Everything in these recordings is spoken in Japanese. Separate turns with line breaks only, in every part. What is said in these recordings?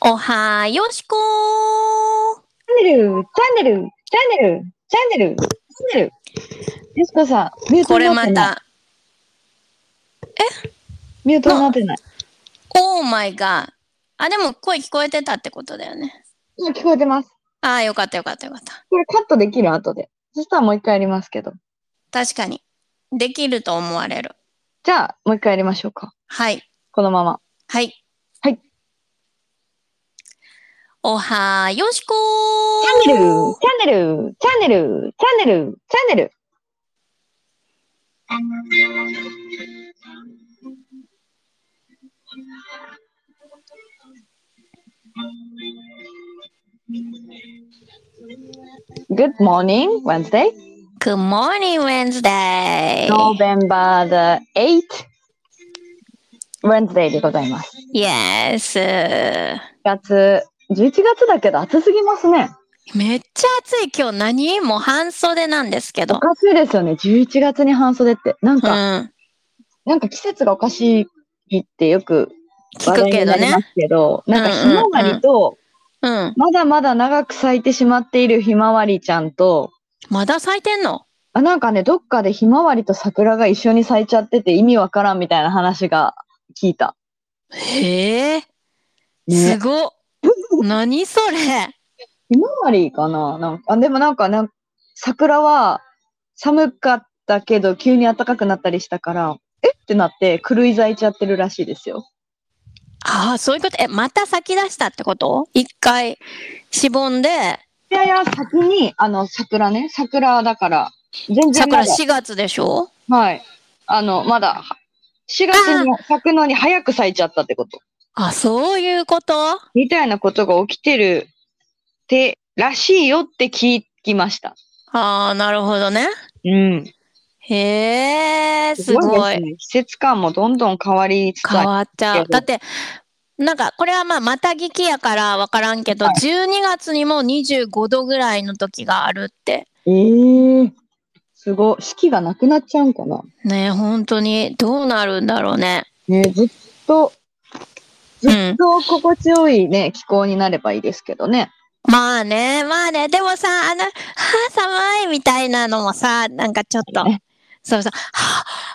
おはよしこ
チャンネル、チャンネル、チャンネル、チャンネル、チャンネル。よしこさん、ミュー
こ
トに
れ
なっ
ま
てない。
た。
ミュートになってない。
オーマイガー。あ、でも声聞こえてたってことだよね。
今聞こえてます。
ああ、よかったよかったよかった。
これカットできる後で。そしたらもう一回やりますけど。
確かに。できると思われる。
じゃあ、もう一回やりましょうか。
はい。
このまま。
はい。
はい。
おはよしこ
チャンネル、チャンネル、チャンネル、チャンネル、チャンネル。Good morning, Wednesday,
Good morning, Wednesday.
November the 8th, Wednesday でございます。
Yes.
月、11月だけど暑すぎますね。
めっちゃ暑い今日何もう半袖なんですけ
お
ど。
かしいですよね。11月に半袖って。なん
う
か、
ん。
なんか季節がおかしいってよく
聞
話
く
題
け
に
ど
なり
ね
ま。すけど、なんかひまわりと、
うん。
まだまだ長く咲いてしまっているひまわりちゃんと、
まだ咲いてんの
あなんかね、どっかでひまわりと桜が一緒に咲いちゃってて意味わからんみたいな話が聞いた。
へえ、す
ね、
ごっ。何それ。
ひまわりかななんかあでもなんかなん桜は寒かったけど急に暖かくなったりしたから、えってなって狂い咲いちゃってるらしいですよ。
ああ、そういうこと。え、また咲き出したってこと一回、しぼんで、
いやいや、先に、あの、桜ね、桜だから、全然
桜
まだ、
4月でしょ
はい。あの、まだ、4月に咲くのに早く咲いちゃったってこと。
あ、そういうこと
みたいなことが起きてるって、らしいよって聞きました。
ああ、なるほどね。
うん。
へえ、すご
で
い。
ね。季節感もどんどん変わりつつ
変
あ
わっちゃう。だって、なんか、これはまあ、また聞きやからわからんけど、
はい
12月にも25度ぐらいの時があるって。
る。ええすごい。四季がなくなっちゃうんかな。
ねえ本当に、どうなるんだろうね。
ね、ずっと、ず
う
っ
ん。
と心地よいね、気候になればいいですけどね。
まあね、まあね、でもさ、あの、はあ、寒いみたいなのもさ、なんかちょっと、そうそう、はあ、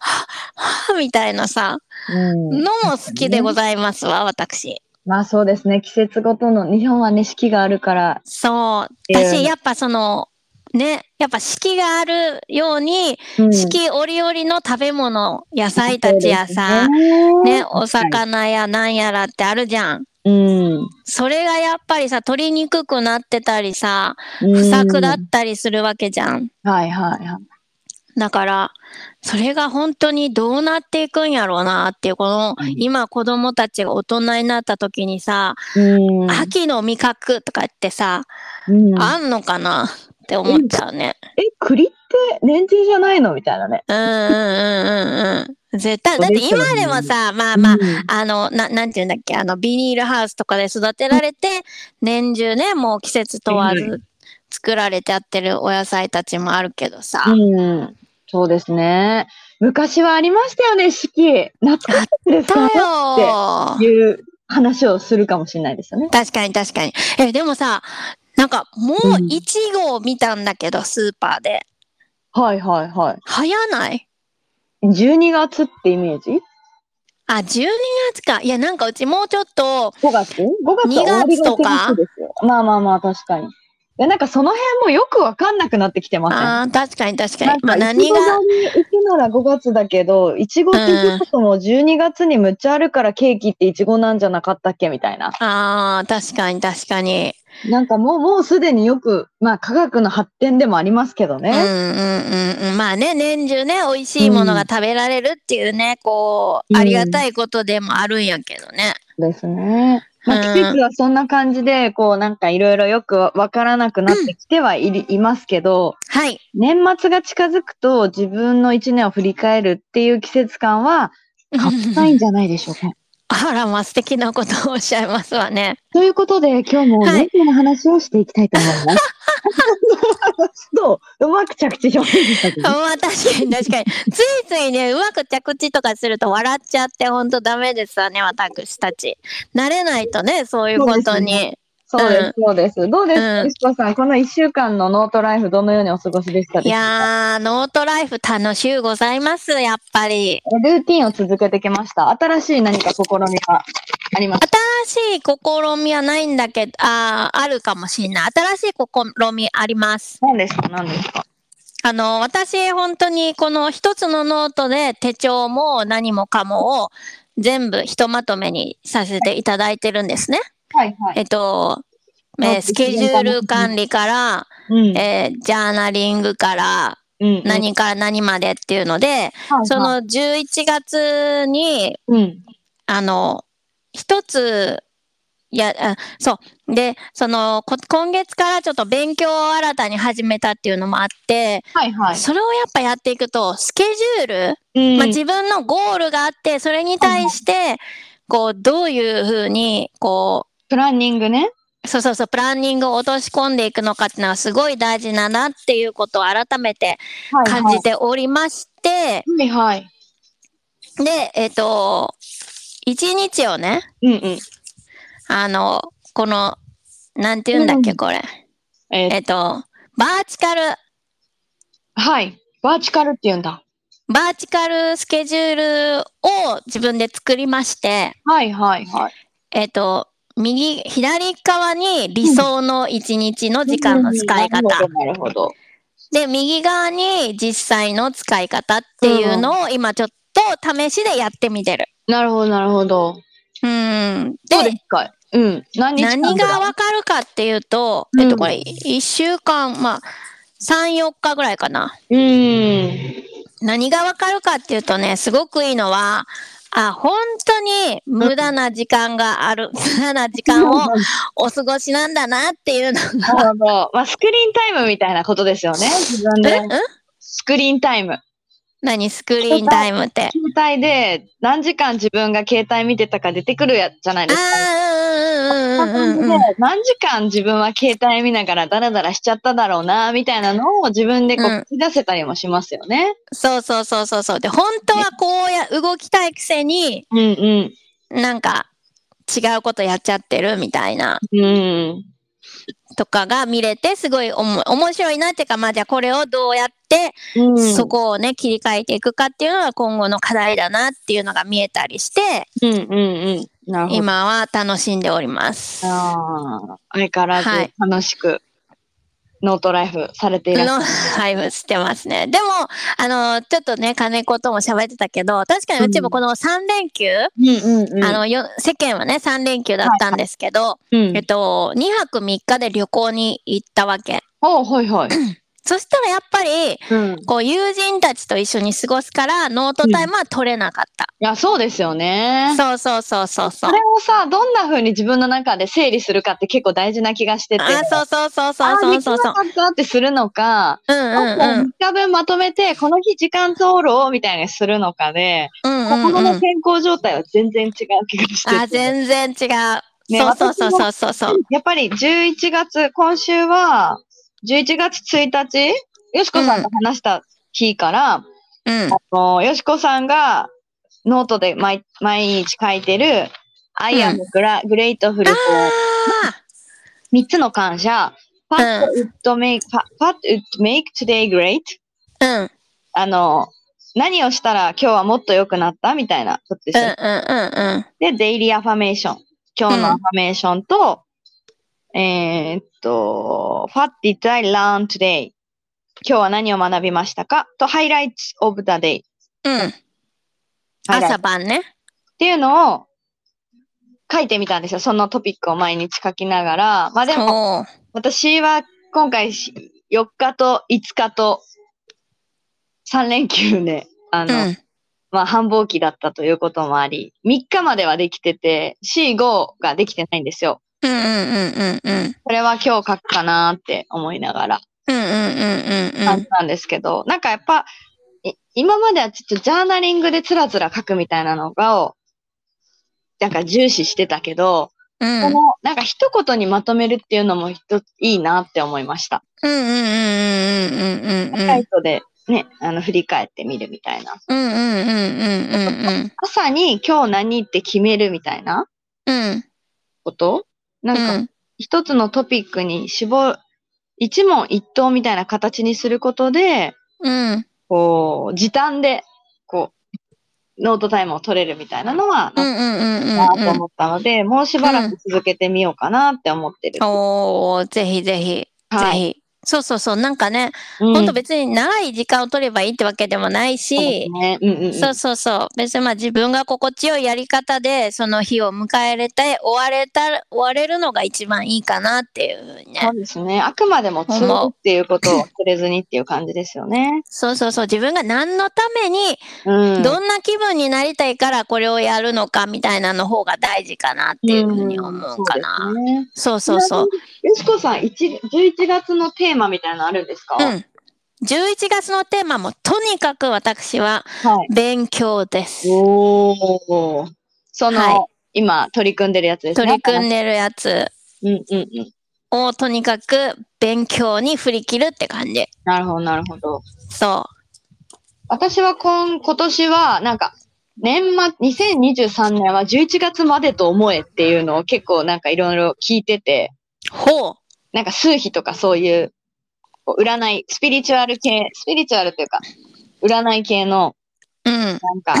はあ、はあ、みたいなさ、
うん
のも好きでございますわ、私。
まあそうですね。季節ごとの、日本はね、四季があるから。
そう。
え
私、
ー
やっぱその、ね、やっぱ四季があるように、
うん
四季折々の食べ物、野菜たちやさ、
そうですね
ね、お魚やなんやらってあるじゃん。
うん。
それがやっぱりさ、取りにくくなってたりさ、
うん
不作だったりするわけじゃん。
はいはいはい。
だから、それが本当にどうなっていくんやろうなっていう、この、
うん
今子供たちが大人になった時にさ、
うん
秋の味覚とか言ってさ、
うん
あんのかなって思っちゃうね。
え、栗って年次じゃないのみたいなね。
うんうんうんうんうん。絶対、
そ
だっ
う
て
ですよね
今でもさ、まあまあ
う、ん
あの、な、なんていうんだっけ、あの、ビニールハウスとかで育てられて、年中ね、もう季節問わ
う
ず作られてやってるお野菜たちもあるけどさ、
うん。そうですね。昔はありましたよね、四季。懐かしいです
だ
か
よー
いう話をするかもしれないですよね。
確かに確かに。え、でもさ、なんかもう
うん
1号見たんだけど、スーパーで。
はいはいはい。
早ない
12月ってイメージ
あ、12月か。いや、なんかうちもうちょっと、
5月 ?5 月は終わりが忙しいですよ。まあまあまあ、確かに。いや、なんかその辺もよくわかんなくなってきてません
ああ、確かに確か
な
に
ん。
まあ
か、い
何
ちご
が、
狩り行くなら5月だけど、いちごっていうことも12月にむっちゃあるからケーキっていちごなんじゃなかったっけみたいな。
ああ、確かに確かに。
なんかもう、もうすでによく、まあ科学の発展でもありますけど
うんう
ね。
んうんうん。まあね、年中ね、美味しいものが食べられるっていうね、こう、ありがたいことでもあるんやけどね。
ですね。まあ
うん
季節はそんな感じで、こうなんかいろいろよくわからなくなってきてはいり、いますけど、
はい。
年末が近づくと自分の一年を振り返るっていう季節 感は変わらないんじゃないでしょうか。
あら、まあ素敵なことをおっしゃいますわね。
ということで今日も
はい
年齢の話をしていきたいと思います。どううまく着地表現したけど。
まあ確かに 確かに。ついついね、うまく着地とかすると笑っちゃってほんとダメですわね、私たち。慣れないとね、そういうことに。
そうです、そうです。どうです
う
か、
ん
石子さん。この一週間のノートライフ、どのようにお過ごしでした
い
でしょうか
やー、ノートライフ楽しゅうございます、やっぱり。
ルーティンを続けてきました。新しい何か試みがあります
新しい試みはないんだけど、あーあるかもしれない。新しい試みあります。
何ですか何ですか
あの、私、本当にこの一つのノートで手帳も何もかもを全部ひとまとめにさせていただいてるんですね。
はいは
え
い。
っと、
ノー
えー
ト
スケジュール管理から、
うん
えージャーナリングから、
うん
何から何までっていうので、そ、
はいはい
の11月に
うん。
あの、一つ、いや、あそう。で、その、こ今月からちょっと勉強を新たに始めたっていうのもあって、
はいはい。
それをやっぱやっていくと、スケジュール、
うん
まあ、自分のゴールがあって、それに対して、こう、どういうふうに、こ
プランニングね。
う、そうそうそう、プランニングを落とし込んでいくのかっていうのはすごい大事だなっていうことを改めて
はいはい
感じておりまして、
はいはい。
で、えっ、と、一日をね、
うんうん。
あの、この、なんて言うんだっけ、
うん
これ。
えー
えっと、バーチカル、
はい。バーチカルって言うんだ。
バーチカルスケジュールを自分で作りまして、
はいはいはい。
えっと、右、左側に理想の一日の時間の使い
なる
方
ほ。どなるほど。
で、右側に実際の使い方っていうのを今ちょっと試しでやってみてる。
なるほどなるほど。
うん。
どう
で
で、すかうん。何日間
何
ぐらい
がわかるかっていうと、えっと、これ、一週間、まあ、3、4日ぐらいかな。
うーん。
何がわかるかっていうとね、すごくいいのは、あ、本当に無駄な時間があ る、無駄な時間をお過ごしなんだなっていうのが。
なるほど。 まあ、スクリーンタイムみたいなことですよね。自分
え
で
ん。
スクリーンタイム。
何スクリーンタイム って。
携帯で何時間自分が携帯見てたか出てくるやつじゃないですか。
ああ、うんうんうんうんうん。
で何時間自分は携帯見ながらダラダラしちゃっただろうなみたいなのを自分でこ
うん
う口出せたりもしますよね。
そうそうそうそうそう。で、本当はこうや、動きたいくせに、
うんうん。
なんか、違うことやっちゃってるみたいな
うん。
とかが見れてすごいおも面白いなっていうかまあじゃあこれをどうやって
うん、
そこをね、切り替えていくかっていうのが今後の課題だなっていうのが見えたりして、
うんうんうん。なるほど。
今は楽しんでおります。
あー相変わらず
はい
楽しくノートライフされていらっしゃ
の、はい、してますね。でも、あの、ちょっとね、金子とも喋ってたけど、確かにうちもこの3連休、
る。うんうんうん。
あの、よ世間はね、3連休だったんですけど、
うん
えっと、2泊3日で旅行に行ったわけ。
おは いはい。
そしたらやっぱり、
うん。い
こう、友人たちと一緒に過ごすから、ノートタイムは取れなかった。
や、そうですよね。
そうそうそうそうそう
そ。れをさ、どんな風に自分の中で整理するかって結構大事な気がしてて。
あ、そうそうそう
あ
そうそう
でき
そう
な
そう。
かったってするのか、
うんうんうん。
3日分まとめて、この日時間通ろうみたいにするのかで、
うんうん
心
うん
の健康状態は全然違う気がしてて。
あ、全然違う。
ね
そうそうそうそうそうそう。
やっぱり11月、今週は、11月1日、よしこさんが話した日から、
うん。
あのよしこさんがノートで毎毎日書いてる、I am grateful と、
あ
3つの感謝、What would make, what would make today great?
あ、うん、うん
あの、何をしたら今日はもっと良くなったみたいなことですよね。
うんうんうん。
で、デイリーアファメーション。今日のアファメーションと、えーっと、What did I learn today? 今日は何を学びましたかと、ハイライトオブ the day。
うん。
ハイライト
朝
っ
晩ね。
ていうのを書いてみたんですよ。そのトピックを毎日書きながら。まあでも、
おう
私は今回し4日と5日と3連休で、あ
う
の、
ん。
まあ繁忙期だったということもあり、3日まではできてて、C5 ができてないんですよ。
うんうんうんうんうん。
これは今日書くかなって思いながら
うんうんうんうんう
感
ん
じ。なんですけど、なんかやっぱ、い今まではちょっとジャーナリングでつらつら書くみたいなのがを、なんか重視してたけど、
うん。う
こ
ん
の、なんか一言にまとめるっていうのも一ついいなって思いました。
うんうんうんうんうんうん。
サイトでね、あの、振り返ってみるみたいな。
うんうんうんうんうん
朝に今日何って決めるみたいな
うん。うん。
ことなんか、
うん
一つのトピックに絞る、一問一答みたいな形にすることで、
うん。
こう、時短で、こう、ノートタイムを取れるみたいなのは、
う
なん
んうんうんうん
かなと
うん。
思ったので、もうしばらく続けてみようかなって思ってる。
おー、ぜひぜひ。
は
ぜ
い。
ひ。そうそうそう。なんかね、
うん
ほんと別に長い時間を取ればいいってわけでもない
そうで
し
す、ねうんうんうん
そうそうそう。別にまあ自分が心地よいやり方で、その日を迎えれて、終われたら、終われるのが一番いいかなっていうふうにね
そ。うですね。あくまでもツールっていうことを忘れずにっていう感じですよね。
そうそうそう。自分が何のために、
うん。
どんな気分になりたいからこれをやるのかみたいなの方が大事かなっていうふうに思うか
ん
な。
そうですね
そうそうそう。
よしこさん、一11月のテーマみたいなのあるんですか、
うん。11月のテーマもとにかく私は
はい。
勉強です。
おー。その、
は
今取り組んでるやつですね。
取り組んでるやつ
うんうんうん。
をとにかく勉強に振り切るって感じ。
なるほど、なるほど。
そ
私は今、今年は、なんか、年末、2023年は11月までと思えっていうのを結構なんかいろいろ聞いてて、
う。ほう。
なんか数秘とかそういう、こう占い、スピリチュアル系、スピリチュアルというか、占い系の
うん。
なんか、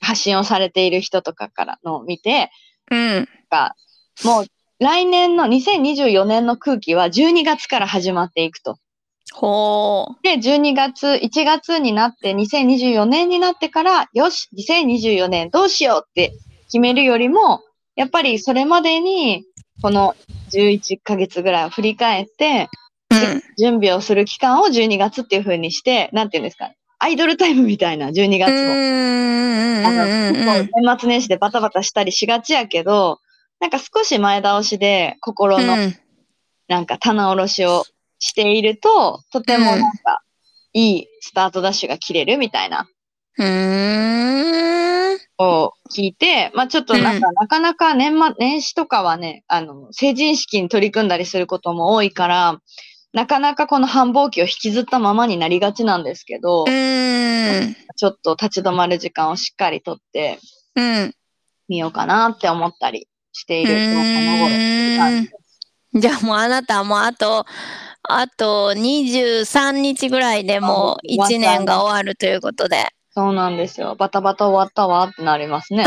発信をされている人とかからのを見て、
うん。
が、もう来年の2024年の空気は12月から始まっていくと。
ほう。
で、12月、1月になって2024年になってから、よし、2024年どうしようって決めるよりも、やっぱりそれまでに、この11ヶ月ぐらいを振り返って、
うん。
準備をする期間を12月っていう風にして、なんていうんですか、アイドルタイムみたいな12
う
月を。
ん。
あの、
うん。
結構年末年始でバタバタしたりしがちやけど、なんか少し前倒しで心
う
の
ん。
なんか棚卸しをしていると、とてもなんかいいスタートダッシュが切れるみたいな
うん。
を聞いて、まあちょっとなんか、なかなか年末、年始とかはね、あの、成人式に取り組んだりすることも多いから、なかなかこの繁忙期を引きずったままになりがちなんですけど、
うん。
ちょっと立ち止まる時間をしっかりとって、
うん。
みようかなって思ったりしている今日この頃って感じです。
じゃあもうあなたはもうあと、あと23日ぐらいでもう1年が終わるということで。
そうなんですよ。バタバタ終わったわってなりますね。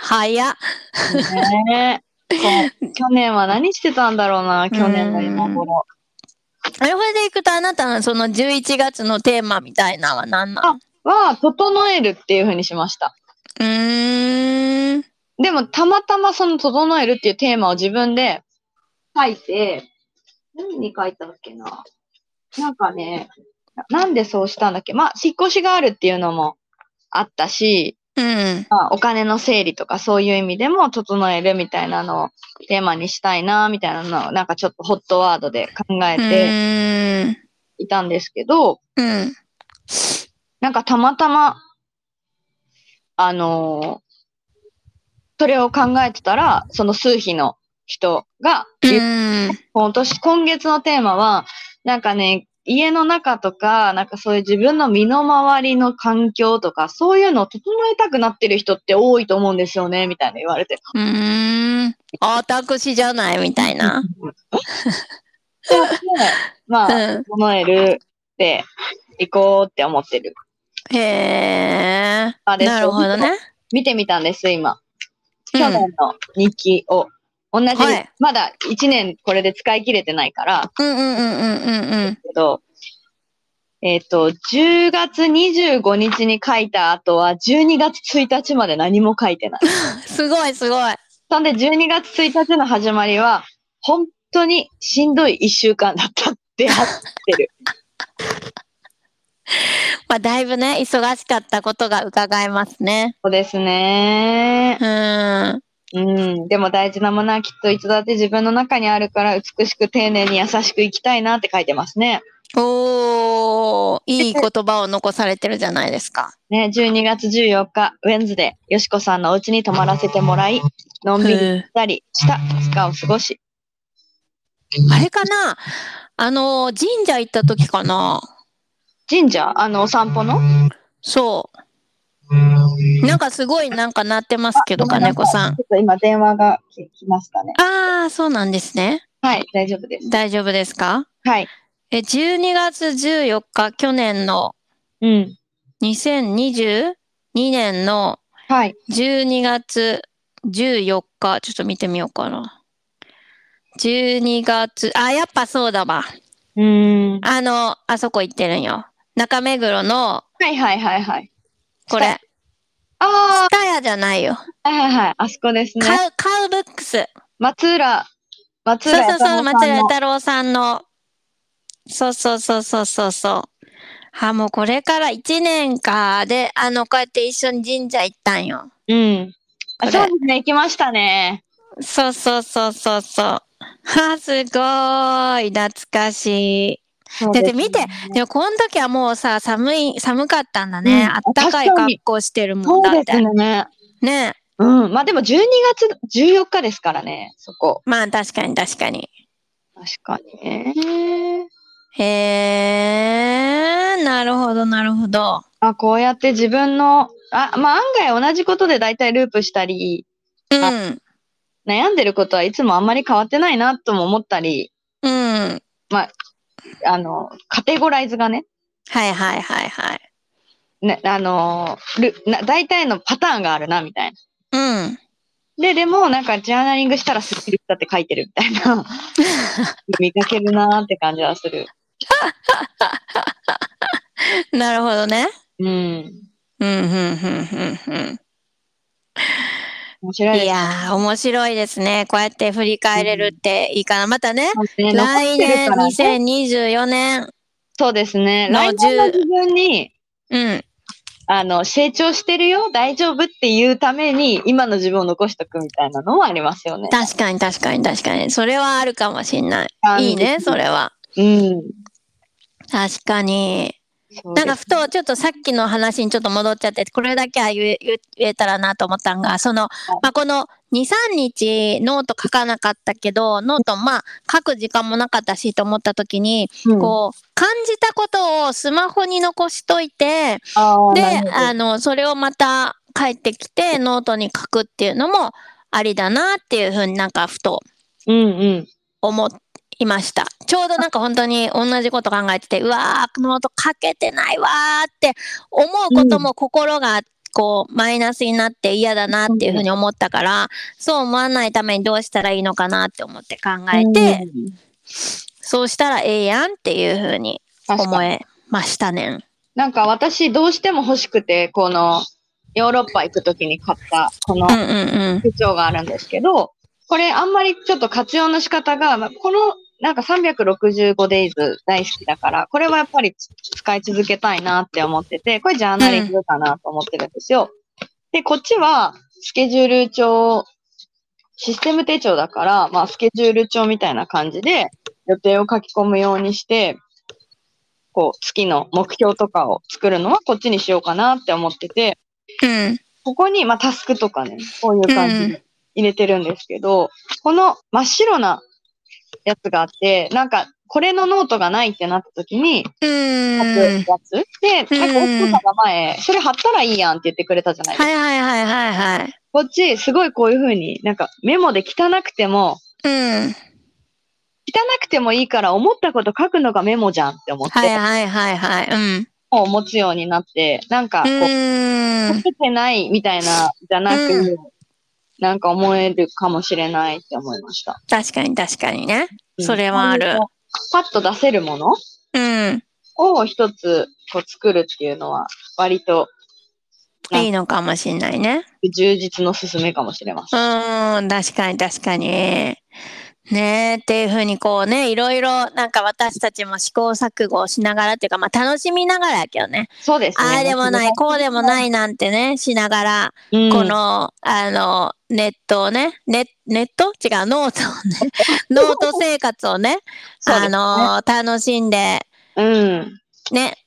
早っ。
ねこう去年は何してたんだろうな、去年の今頃。
あれ、これでいくとあなたのその11月のテーマみたいなのは何なの
は、整えるっていう風にしました。
うーん。
でも、たまたまその整えるっていうテーマを自分で書いて、何に書いたっけな。なんかね、ななんでそうしたんだっけ。まあ、引っ越しがあるっていうのもあったし、
うん。
まあ、お金の整理とかそういう意味でも整えるみたいなのをテーマにしたいなみたいなのをなんかちょっとホットワードで考え
う
て
ーん。
いたんですけど、
うん。
なんかたまたま、あのーそれを考えてたら、その数秘の人が、
うん。
今年、今月のテーマは、なんかね、家の中とか、なんかそういう自分の身の回りの環境とか、そういうのを整えたくなってる人って多いと思うんですよね、みたいな言わ れて。
うーん。あたくしじゃないみたいな。
そうでまあ、
う
整えるって、行こうって思ってる。
ん。へ
あ
ー。
れ
なるほどね。
見てみたんです、今。
うん
去年の日記を。同じ、
はい
まだ1年これで使い切れてないから、
うんうんうんうんうんうん。
けど、えっ、と、10月25日に書いた後は、12月1日まで何も書いてない。
すごいすごい。
そんで、12月1日の始まりは、本当にしんどい1週間だったってあってる。
まあ、だいぶね、忙しかったことが伺えますね。
そうですね
う。ーん。
うん。でも大事なものはきっといつだって自分の中にあるから、美しく丁寧に優しく生きたいなって書いてますね。
おー、いい言葉を残されてるじゃないですか。
ね、12月14日、ウェンズで、よしこさんのお家に泊まらせてもらい、のんびりゆったりした2日を過ごし、
あれかなあの、神社行った時かな
神社、あの、お散歩の
そう。なんかすごいなんか鳴ってますけど、
あごめんなさ
金
い
子さん
ち。ょっと今電話が来来ましたね。
あー、そうなんですね。
はい、大丈夫です。
大丈夫ですか
はい。
え、12月14日、去年の
うん。
2022年の
はい。
12月14日、ちょっと見てみようかな。12月、あ、やっぱそうだわ。
うーん。
あの、あそこ行ってるんよ。中目黒の、
はいはいはいはい。
これ、
あ
スタヤじゃないよ。
あ、はいはいはい。あそこですね。
カウ、カウブックス。
松浦、松
そう
浦
そう
弥太
そ
郎さ
う、
ん
松浦
の
太郎さんの。そうそうそうそうそうそう。あ、もうこれから1年か。で、あの、こうやって一緒に神社行ったんよ。
うん。
こ
あ
れ
そうですね、行きましたね。
そうそうそうそうそう。はあ、すごーい。懐かしい。だって見て、でもこの時はもうさ、寒い、寒かったんだね。
うん
あったかい
確か
格
に
好してるも
そ
んだ
う
っ
です
て。
ね。
ね。
うん。まあでも12月14日ですからね、そこ。
まあ確かに確かに。
確かにね。
へえ、なるほどなるほど。
あ、こうやって自分の、あ、まあ案外同じことで大体ループしたり、
うん。
悩んでることはいつもあんまり変わってないなとも思ったり、
うん。
あの、カテゴライズがね、
はいはいはいはい。
ねあのルな、大体のパターンがあるな、みたいな。
うん。
で、でも、なんか、ジャーナリングしたらスッキリしたって書いてるみたい な、見かけるなーって感じはする。
なるほどね。
うん。
うん、うん、うん、うん、
面白
う
い
ん。い
で
やー、面白いですね。こうやって振り返れるっていいかな。またね、
すね。残
来
って
年
るからね
2024年。
そうですね。
の
来年の自分に、
うん。
あの、成長してるよ、大丈夫っていうために、今の自分を残しとくみたいなのもありますよね。
確かに確かに確かに。それはあるかもしんない。いいね、それは。
うん。
確かに。
そうで
な
す
んかふとちょっとさっきの話にちょっと戻っちゃってこれだけは言え言え言えたらなと思ったんがその、まあ、この23日ノート書かなかったけどノートまあ書く時間もなかったしと思った時に
うん
こう感じたことをスマホに残しといて
あー
で
なるほど
あのそれをまた帰ってきてノートに書くっていうのもありだなっていうふうになんかふと
うんうん。
思いました。ちょうどなんか本当に同じこと考えてて、うわー、ノート書けてないわーって思うことも心がこうマイナスになって嫌だなっていうふうに思ったから、そう思わないためにどうしたらいいのかなって思って考えて、
うん、
そうしたらええやんっていうふうに
確
思
かに
えましたね。
なんか私どうしても欲しくて、このヨーロッパ行くときに買ったこの
うんうんうん。
手帳があるんですけど、これあんまりちょっと活用の仕方が、まあこのなんか 365days 大好きだから、これはやっぱり使い続けたいなって思ってて、これジャーナリングかなと思ってるんですよ。で、こっちはスケジュール帳、システム手帳だから、まあスケジュール帳みたいな感じで予定を書き込むようにして、こう月の目標とかを作るのはこっちにしようかなって思ってて、
うん。
ここに、まあ、タスクとかね、こういう感じで入れてるんですけど、この真っ白なやつがあって、なんか、これのノートがないってなった時に、
う
書く
ー
や
ん。
つ、で、なんか、
うん
奥さんが前、それ貼ったらいいやんって言ってくれたじゃないです
は
か。
いはいはいはいはい。
こっち、すごいこういう風に、なんか、メモで汚くても、
うん。
汚くてもいいから思ったこと書くのがメモじゃんって思って、
はいはいはいはい。うん。
もう持つようになって、なんか
う
こう、
ーん。
書けてないみたいな、じゃなく、
う
なんか思えるかもしれないって思いました。
確かに確かにね。
うん
それはある。
パッと出せるもの
うん。
を一つこう作るっていうのは、割とうん
いいのかもしんないね。
充実の勧めかもしれま
う
せん。
ーん、確かに確かに。ねえ、っていうふうにこうね、いろいろなんか私たちも試行錯誤しながらっていうか、まあ楽しみながらやけどね。
そうですね。
ああでもない、こうでもないなんてね、しながら、
うん、
この、あの、ネットをね、ネネット違 う、ノートをね、ノート生活をね、
そうで
あの、楽しんで、
うん。
ね、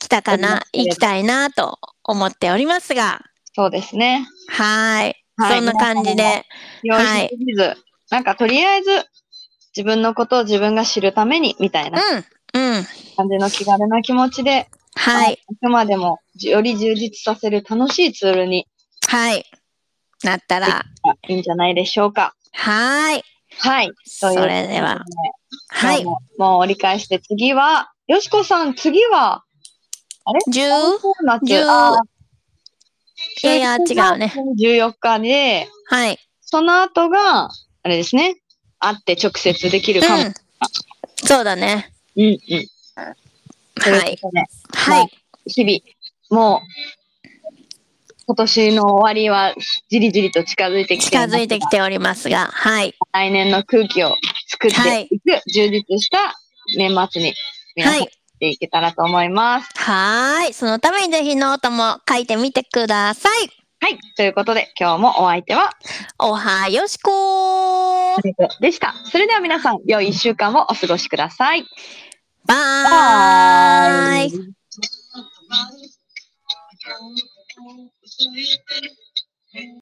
来たかな、
思いますけれど
行きたいなと思っておりますが、
そうですね。
はい。
はい
そんな感じで、
用意しすぎず、なんかとりあえず自分のことを自分が知るためにみたいな
うん、うん。
感じの気軽な気持ちで、
はい、
あくまでもじより充実させる楽しいツールに
はい。なったら、
あいいんじゃないでしょうか。
はい。
はい。
そ
ということ
れでは、は
はいい。。もう折り返して次は、よしこさん、次は、
10?
夏
十
あ
いやいや違うね。
14日で、
はい。
その後が、あれですね。会って直接できるかも。
うん。そうだね。
うん、うん。と
は
いう
い。
ことで、
はい。
日々、もう、今年の終わりは、じりじりと近づいてきてい
近
ますが
づいてきておりますが、はい。
来年の空気を作っていく、充実した年末に、皆さん、
はい
やっていけたらと思います。
はーい。そのためにぜひノートも書いてみてください。
はい。ということで、今日もお相手は、
おはよしこー
でした。それでは皆さん、良い一週間をお過ごしください。
バーイ
イ。